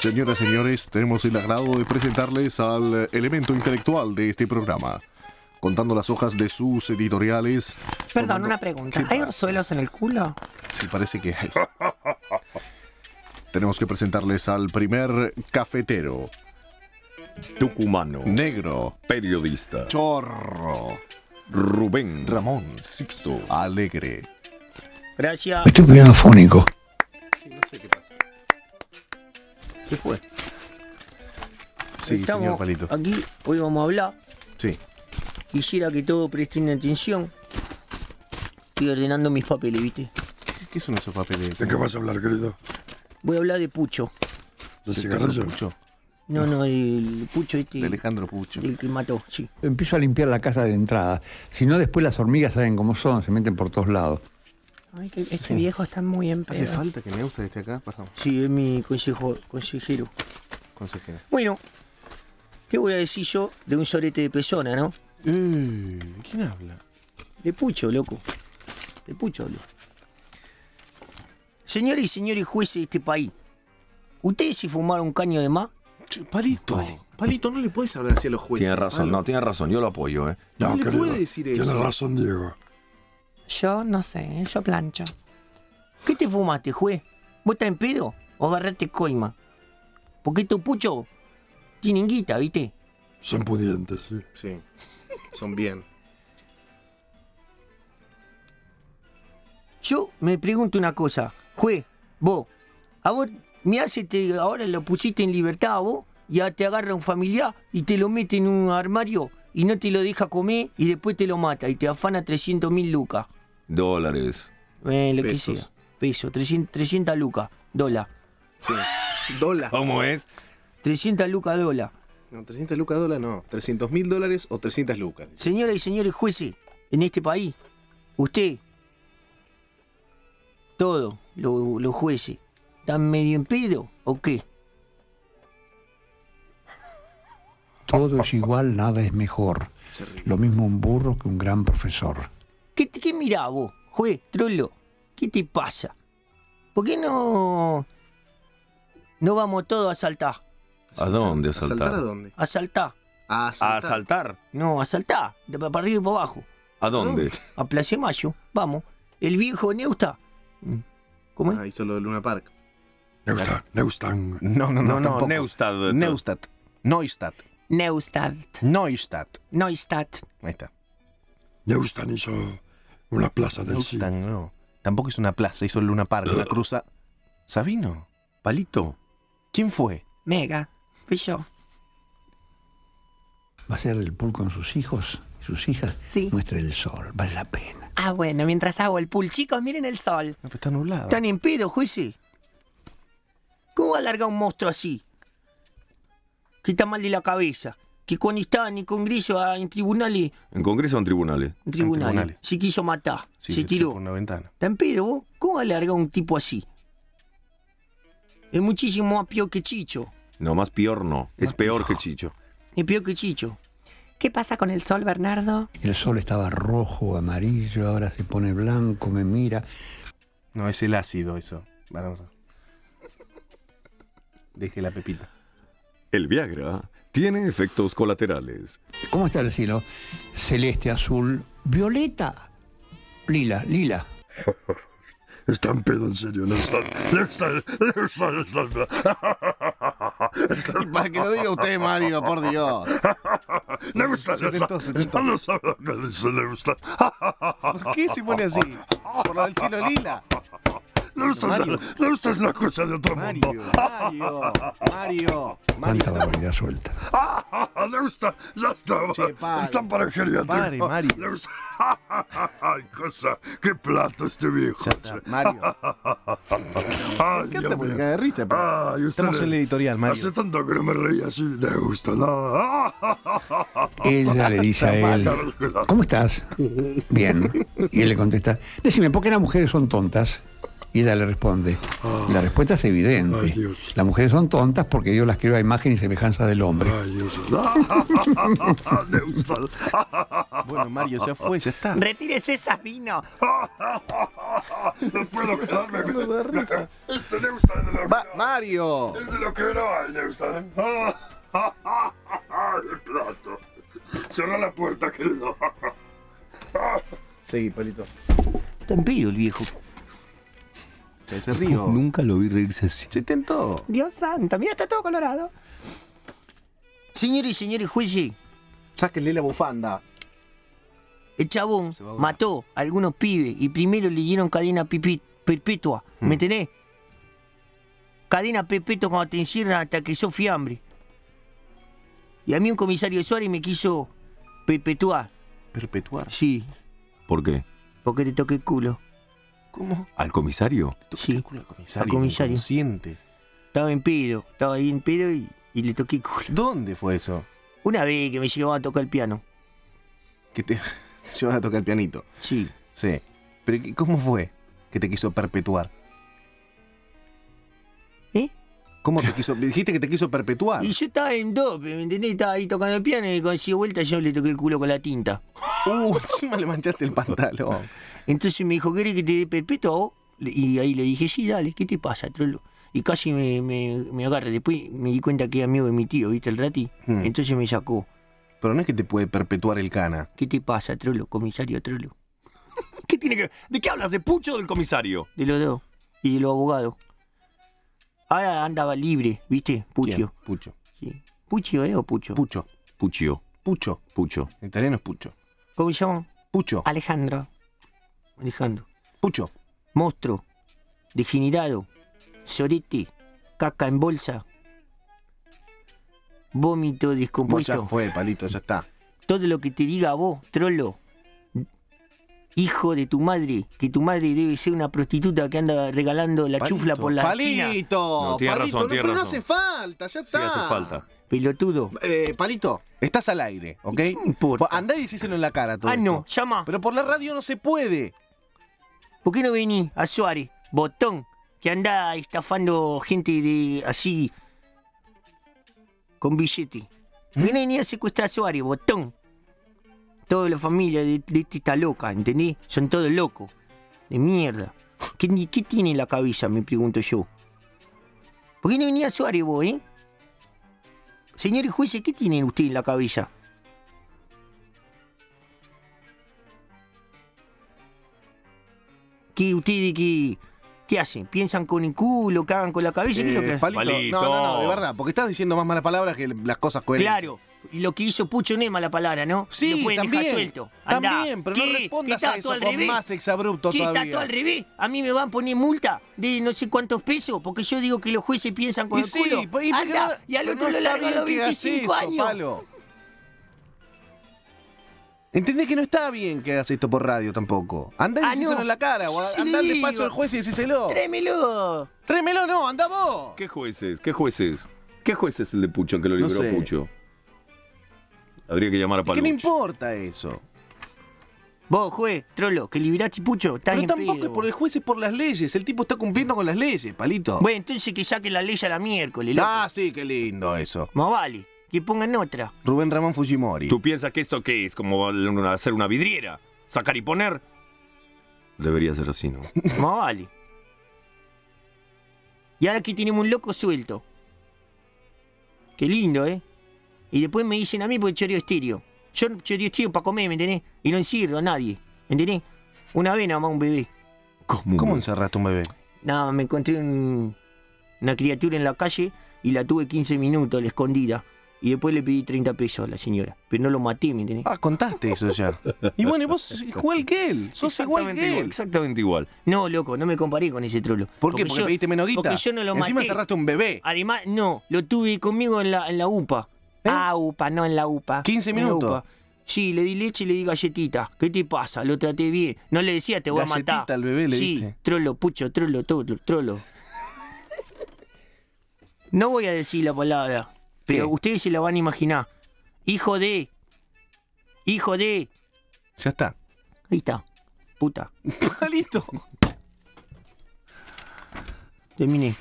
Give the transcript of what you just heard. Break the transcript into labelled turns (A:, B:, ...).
A: Señoras y señores, tenemos el agrado de presentarles al elemento intelectual de este programa. Contando las hojas de sus editoriales.
B: Perdón,
A: formando-
B: una pregunta.
A: ¿Qué
B: ¿Hay
A: pasa?
B: orzuelos en el culo?
A: Sí, parece que hay. tenemos que presentarles al primer cafetero.
C: Tucumano,
A: Negro.
C: periodista,
A: Chorro.
C: Rubén
A: Ramón.
C: Sixto,
A: Alegre.
B: Gracias.
D: Estoy bien afónico.
B: Se fue.
A: Sí,
B: Estamos
A: señor Palito.
B: Aquí hoy vamos a hablar.
A: Sí.
B: Quisiera que todos presten atención. Estoy ordenando mis papeles, ¿viste?
A: ¿Qué- ¿Qué son esos papeles?
E: ¿De qué vas a hablar, querido?
B: Voy a hablar de Pucho.
E: ¿De
A: Alejandro
E: cigarrillo?
A: Pucho.
B: No, no, el Pucho este.
A: De Alejandro Pucho.
B: El que mató, sí.
D: Empiezo a limpiar la casa de entrada. Si no, después las hormigas saben cómo son, se meten por todos lados.
B: Ay, que este viejo está muy en
A: ¿Hace
B: pedo.
A: falta que me guste desde acá? Perdón,
B: Sí, es mi consejo, consejero.
A: consejera.
B: Bueno, ¿qué voy a decir yo de un sorete de persona, no?
A: Eh, ¿Quién habla?
B: De pucho, loco. De pucho, hablo. Señores y señores jueces de este país, ¿ustedes se fumaron un caño de más?
F: Che, Palito, Palito, no le puedes hablar así a los jueces.
C: Tiene razón,
F: Pablo.
C: no, tiene razón, yo lo apoyo, ¿eh?
F: No le puede decir
E: Tiene
F: eso.
E: razón, Diego.
B: Yo no sé, ¿eh? yo plancho. ¿Qué te fumaste, juez? ¿Vos estás en pedo o agarraste coima? Porque estos puchos tienen guita, ¿viste?
E: Son pudientes, sí.
F: Sí, son bien.
B: Yo me pregunto una cosa, juez, vos, a vos me hace, te, ahora lo pusiste en libertad a vos, y a- te agarra un familiar y te lo mete en un armario y no te lo deja comer y después te lo mata y te afana 300 mil lucas,
C: Dólares.
B: eh, lo
F: Pesos.
B: que sea, peso, 300, 300 lucas, dólar,
F: Sí. Dólar.
C: ¿Cómo es?
B: 300 lucas, dólar.
F: No, 300 lucas dólar no. 300 mil dólares o 300 lucas.
B: Señoras y señores jueces, en este país, usted, todos lo- los jueces, ¿están medio en pedo o qué?
G: Todo es igual, nada es mejor. Lo mismo un burro que un gran profesor.
B: ¿Qué, te- qué mirá vos, juez, trolo? ¿Qué te pasa? ¿Por qué no, no vamos todos a asaltar?
C: ¿A dónde asaltar?
F: ¿Asaltar a dónde?
B: A asaltar.
F: A
C: ¿A
F: asaltar.
C: asaltar?
B: No, a asaltar. De pa- para arriba y para abajo.
C: ¿A dónde?
B: A Plaza de Mayo. Vamos. El viejo Neusta. Mm, ¿Cómo es?
F: Ah, hizo lo de Luna Park.
E: Neusta, Neustang.
A: No, no, no, tampoco.
C: Neustad.
A: Neustadt. Neustadt.
B: Neustadt.
A: Neustadt.
B: Neustadt.
A: Ahí está.
E: Neustang hizo una plaza del sí.
A: Neustadt, no. Tampoco hizo una plaza, hizo el Luna Park, una cruza. ¿Sabino?
C: Palito.
A: ¿Quién fue?
B: Mega. Fui yo.
G: Va a ser el pool con sus hijos y sus hijas.
B: Sí.
G: Muestre el sol, vale la pena.
B: Ah, bueno, mientras hago el pool. Chicos, miren el sol.
A: No, pero está nublado.
B: Están en pedo, jueces. ¿Cómo va a largar un monstruo así? Que está mal de la cabeza. Que cuando estaba en el Congreso, ah, en tribunales,
C: ¿En Congreso o en tribunales?
B: en tribunales,
A: tribunales.
B: se quiso matar,
A: Sí,
B: se
A: por
B: tiró.
A: una ventana.
B: ¿Está en pedo vos? ¿Cómo va a largar un tipo así? Es muchísimo más peor que Chicho.
C: No, más peor no. Es peor que Chicho.
B: Es peor que Chicho. ¿Qué pasa con el sol, Bernardo?
G: El sol estaba rojo, amarillo, ahora se pone blanco, me mira.
A: No, es el ácido eso. Para, para. Deje la pepita.
C: El Viagra tiene efectos colaterales.
G: ¿Cómo está el cielo? Celeste, azul, violeta. Lila, lila.
E: Está en pedo, en serio, Neustang. Neustang, Neustang, Neustang.
A: Para que lo diga usted, Mario, por Dios.
E: Neustang,
A: Se tentó, se
E: Neustang.
A: tentó.
E: No sabe lo que dice Neustang.
A: ¿Por qué se pone así? Por lo del cielo lila. Mario.
E: Neustang Neustang es una cosa de otro
A: Mario,
E: mundo.
A: Mario, Mario,
G: Cuánta
A: Mario.
G: barbaridad suelta.
E: Neustang, ya
A: Che,
E: está.
A: pare.
E: Están para el geriátrico.
A: Pare, Mario.
E: Neustang. Ay, cosa. Qué plato este viejo.
A: Ya está, Mario.
E: Ay,
A: ¿Qué
E: Dios
A: te
E: mío.
A: cae de risa? pero-
E: Ay,
A: Estamos
E: ustedes-
A: en la editorial, Mario.
E: Hace tanto que no me reía así. Me gusta, ¿no?
G: Ella le dice a él, ¿cómo estás? Bien. Y él le contesta, decime, ¿por qué las mujeres son tontas? Y ella le responde, la respuesta es evidente.
E: Ay, Dios.
G: Las mujeres son tontas porque Dios las creó a imagen y semejanza del hombre.
E: Ay, Dios. Neustad.
F: Bueno, Mario, ya fue, ya
B: Ah.
F: está.
B: Retírese esas vino.
E: No puedo quedarme.
F: No da risa.
E: Este Neustad es de lo
F: Va,
E: que no-
F: Mario.
E: es de lo que no hay, Neustad. El plato. Cierra la puerta, querido.
F: Seguí, palito.
B: Está en pedo el viejo.
F: Se río.
H: Nunca lo vi reírse así.
F: Se tentó.
B: Dios santa, mira, está todo colorado. Señores y señores jueces,
F: Sáquenle la bufanda.
B: el chabón
F: Se va a ahogar.
B: mató a algunos pibes y primero le dieron cadena pipi- perpetua.
F: Mm.
B: ¿Me entendés? Cadena perpetua cuando te encierran hasta que sos fiambre. Y a mí un comisario Suárez me quiso perpetuar.
F: Perpetuar.
B: Sí,
C: ¿Por qué?
B: porque le toqué el culo.
F: ¿Cómo?
C: ¿Al comisario?
B: Sí.
F: Espectáculo de
B: A
F: comisario.
B: comisario.
F: inconsciente.
B: Estaba en pedo, estaba ahí en pedo y, y le toqué el culo.
F: ¿Dónde fue eso?
B: Una vez que me llevaba a tocar el piano.
F: Que te llevas a tocar el pianito.
B: Sí.
F: Sí. Pero ¿qué- ¿cómo fue que te quiso perpetuar?
B: ¿Eh?
F: ¿Cómo te quiso? me Dijiste que te quiso perpetuar.
B: Y yo estaba en dope, ¿me entendés? Estaba ahí tocando el piano y cuando se dio vuelta yo le toqué el culo con la tinta.
F: Uh, encima le manchaste el pantalón.
B: Entonces me dijo, ¿querés que te dé perpetua a vos? Le- Y ahí le dije, sí, dale, ¿qué te pasa, trolo? Y casi me, me, me agarra. Después me di cuenta que era amigo de mi tío, ¿viste? El rati.
F: Hmm.
B: Entonces me sacó,
F: Pero no es que te puede perpetuar el cana.
B: ¿qué te pasa, trolo? Comisario, trolo.
H: ¿Qué tiene que ¿De qué hablas? ¿De Pucho o del comisario?
B: De los dos. Y de los abogados. Ahora andaba libre, ¿viste?
F: ¿Quién?
B: Pucho.
F: Pucho.
B: Sí. ¿Pucho, eh? ¿O Pucho?
F: Pucho.
C: Puchio.
F: Pucho.
C: Pucho.
F: En italiano es Pucho.
B: ¿Cómo se llama?
F: Pucho.
B: Alejandro. Alejandro.
F: Pucho.
B: Monstruo. Degenerado. Sorete. Caca en bolsa. Vómito
F: Vos ya
B: descompuesto.
F: fue, palito, ya está.
B: Todo lo que te diga a vos, trolo. Hijo de tu madre, que tu madre debe ser una prostituta que anda regalando la
F: Palito.
B: chufla por la
F: Palito.
B: esquina.
H: No, tiene
F: palito,
H: razón, tiene
F: pero no
H: razón.
F: hace falta, ya
H: Sí
F: está.
H: hace falta.
B: Pelotudo.
F: Eh, palito, estás al aire, ¿ok?
B: ¿Y qué me importa?
F: Andá y decíselo en la cara todo
B: Ah, no,
F: esto.
B: llama.
F: Pero por la radio no se puede.
B: ¿Por qué no venís a Suárez, botón, que anda estafando gente de así con billete? ¿Por qué no venís a secuestrar a Suárez, botón? Toda la familia de, de este está loca, ¿entendés? Son todos locos. De mierda. ¿Qué, qué tiene en la cabeza, me pregunto yo? ¿Por qué no venís a Suárez vos, eh? Señores jueces, ¿qué tienen ustedes en la cabeza? ¿Qué ustedes qué, qué hacen? ¿Piensan con el culo, cagan con la cabeza? ¿Qué es lo que
F: Eh,
B: hacen?
F: palito.
H: Palito.
F: No, no, no, de verdad, porque estás diciendo más malas palabras que las cosas coherentes.
B: Claro. Y lo que hizo Pucho no es mala palabra, ¿no?
F: Sí,
B: lo pueden
F: también.
B: dejar suelto. Andá.
F: También, pero
B: ¿Qué?
F: no respondas
B: ¿Qué está
F: a eso
B: todo al
F: con
B: revés?
F: más exabrupto
B: ¿Qué
F: todavía.
B: está todo al revés? A mí me van a poner multa de no sé cuántos pesos porque yo digo que los jueces piensan con
F: Y
B: el
F: sí,
B: culo.
F: pues, y porque
B: Anda,
F: no-
B: y al
F: pero
B: otro
F: no
B: lo
F: está
B: largan a los
F: bien que hagas
B: 25
F: eso,
B: años.
F: Palo. ¿Entendés que no está bien que hagas esto por radio tampoco? Andá y
B: Ah,
F: decíselo
B: no.
F: en la cara, o
B: Yo sí
F: andá al
B: le
F: despacho
B: digo.
F: del juez y decíselo.
B: Trémelo.
F: Trémelo no, andá vos.
C: ¿Qué jueces? ¿Qué jueces? ¿Qué juez es el de Pucho el que lo
F: No
C: liberó
F: sé.
C: Pucho? Habría que llamar a
F: ¿Qué
C: Paluch.
F: no importa eso?
B: Vos, juez, trolo, que liberaste Pucho, estás
F: Pero
B: en
F: tampoco
B: pedo,
F: es por
B: vos.
F: el juez, es por las leyes. El tipo está cumpliendo con las leyes, palito.
B: Bueno, entonces que saquen la ley a la miércoles, loco.
F: ah, sí, qué lindo eso.
B: Más vale, que pongan otra.
F: Rubén Ramón Fujimori.
H: ¿Tú piensas que esto qué es? ¿Como una- hacer una vidriera? ¿Sacar y poner?
C: Debería ser así, ¿no?
B: Más vale. Y ahora aquí tenemos un loco suelto. Qué lindo, ¿eh? Y después me dicen a mí porque choreo estéreo. Yo choreo estéreo para comer, ¿me entendés? Y no encierro a nadie, ¿me entendés? Una vez nada más un bebé. Mm.
C: ¿Cómo?
F: ¿Cómo encerraste un bebé?
B: Nada, me encontré un- una criatura en la calle y la tuve 15 minutos, la escondida. Y después le pedí 30 pesos a la señora. Pero no lo maté, ¿me entendés?
F: Ah, contaste eso ya. Y bueno, y vos igual que él. Sos igual
C: Exactamente
F: que
C: igual.
F: él.
C: Exactamente igual.
B: No, loco, no me comparé con ese trolo.
F: ¿Por qué? Porque,
B: yo-
F: pediste menos guita.
B: porque yo no lo
F: Encima
B: maté.
F: encerraste un bebé.
B: Además, no, lo tuve conmigo en la, en la UPA.
F: ¿Eh?
B: Ah, UPA, no en la UPA.
F: 15
B: En la
F: minutos.
B: UPA. Sí, le di leche y le di galletita. ¿Qué te pasa? Lo traté bien. No le decía te voy a matar.
F: Galletita al bebé le
B: sí,
F: diste.
B: trolo, pucho, trolo, trolo, trolo. No voy a decir la palabra, pero
F: ¿Qué?
B: ustedes se la van a imaginar. Hijo de. Hijo de.
F: Ya está.
B: Ahí está. Puta.
F: Palito.
B: terminé.